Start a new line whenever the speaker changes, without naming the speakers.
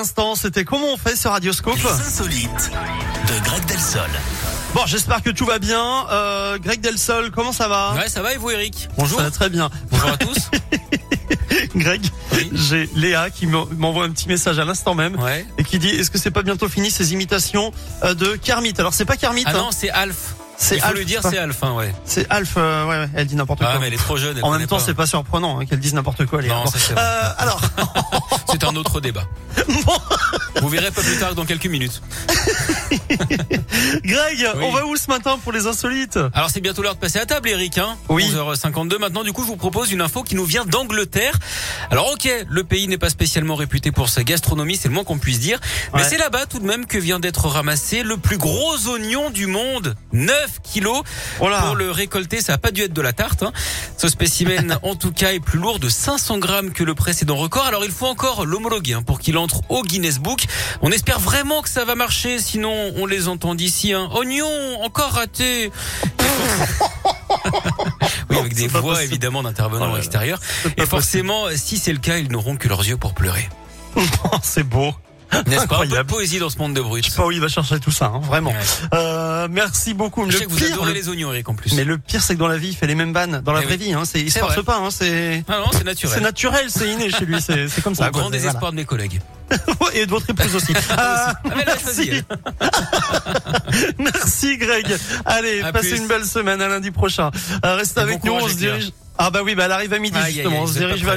instant, c'était comment on fait sur Radioscope
Les insolites de Greg Delsol.
Bon, j'espère que tout va bien. Euh, Greg Delsol, comment ça va
Ouais, ça va et vous, Eric
Ça va très bien.
Bonjour à tous.
Greg,
Oui.
j'ai Léa qui m'en- m'envoie un petit message à l'instant même
Ouais.
et qui dit est-ce que c'est pas bientôt fini ces imitations euh, de Kermit Alors c'est pas Kermit,
Ah
hein,
non, c'est Alf.
c'est
Il faut
Alf.
le dire, c'est Alf, hein, ouais.
C'est Alf. euh, ouais, ouais, elle dit n'importe
Ah,
quoi.
mais elle est trop jeune. elle
en
connaît
même temps,
pas.
c'est pas surprenant hein, qu'elle dise n'importe quoi. Léa.
Non,
Bon.
ça, c'est vrai.
euh, alors,
c'est un autre débat. Vous verrez pas plus tard que dans quelques minutes.
Greg,
Oui.
on va où ce matin pour les insolites
Alors c'est bientôt l'heure de passer à table, Eric. Hein
Oui.
11h52 maintenant. Du coup, je vous propose une info qui nous vient d'Angleterre. Alors ok, le pays n'est pas spécialement réputé pour sa gastronomie, c'est le moins qu'on puisse dire. Mais
Ouais.
c'est là-bas tout de même que vient d'être ramassé le plus gros oignon du monde, 9 kilos.
Voilà.
Pour le récolter, ça a pas dû être de la tarte. hein. Ce spécimen, en tout cas, est plus lourd de 500 grammes que le précédent record. Alors il faut encore l'homologuer hein, pour qu'il entre au Guinness Book. On espère vraiment que ça va marcher, sinon on les entend d'ici. Hein. Oignon, encore raté. oui, avec des
C'est pas
voix
possible.
évidemment
Oh
d'intervenants
là là.
extérieurs.
C'est pas
Et forcément, si c'est le cas, ils n'auront que leurs yeux pour pleurer.
possible. c'est beau.
N'est-ce pas Un peu de
Incroyable.
poésie dans ce monde de
Je
brut.
sais pas où il va chercher tout ça, hein, vraiment.
Ouais.
Euh, merci beaucoup.
Je
Le
sais que vous
pire,
adorez
le-
les oignons, Eric, en plus.
Mais le pire, c'est que dans la vie, il fait les mêmes vannes. Dans la
Eh
vraie vie, hein, c'est, il se
C'est
force
vrai.
pas. Hein, c'est,
Ah non, c'est
c'est
naturel.
naturel, c'est inné chez lui. C'est, c'est comme ça.
Au
quoi,
grand
c'est-
désespoir de mes collègues.
voilà. Et de votre épouse aussi. Ah,
Ah, mais elle a choisi,
merci. merci, Greg. Allez,
À
passez
plus.
une belle semaine. À lundi prochain. Euh, restez
Et
avec
bon
nous.
courage,
On se
Éclair.
dirige. Ah bah oui, bah elle arrive à midi
Aïe, aïe,
justement.
aïe,
on
vous
se
êtes pas
dirige
prêts.
vers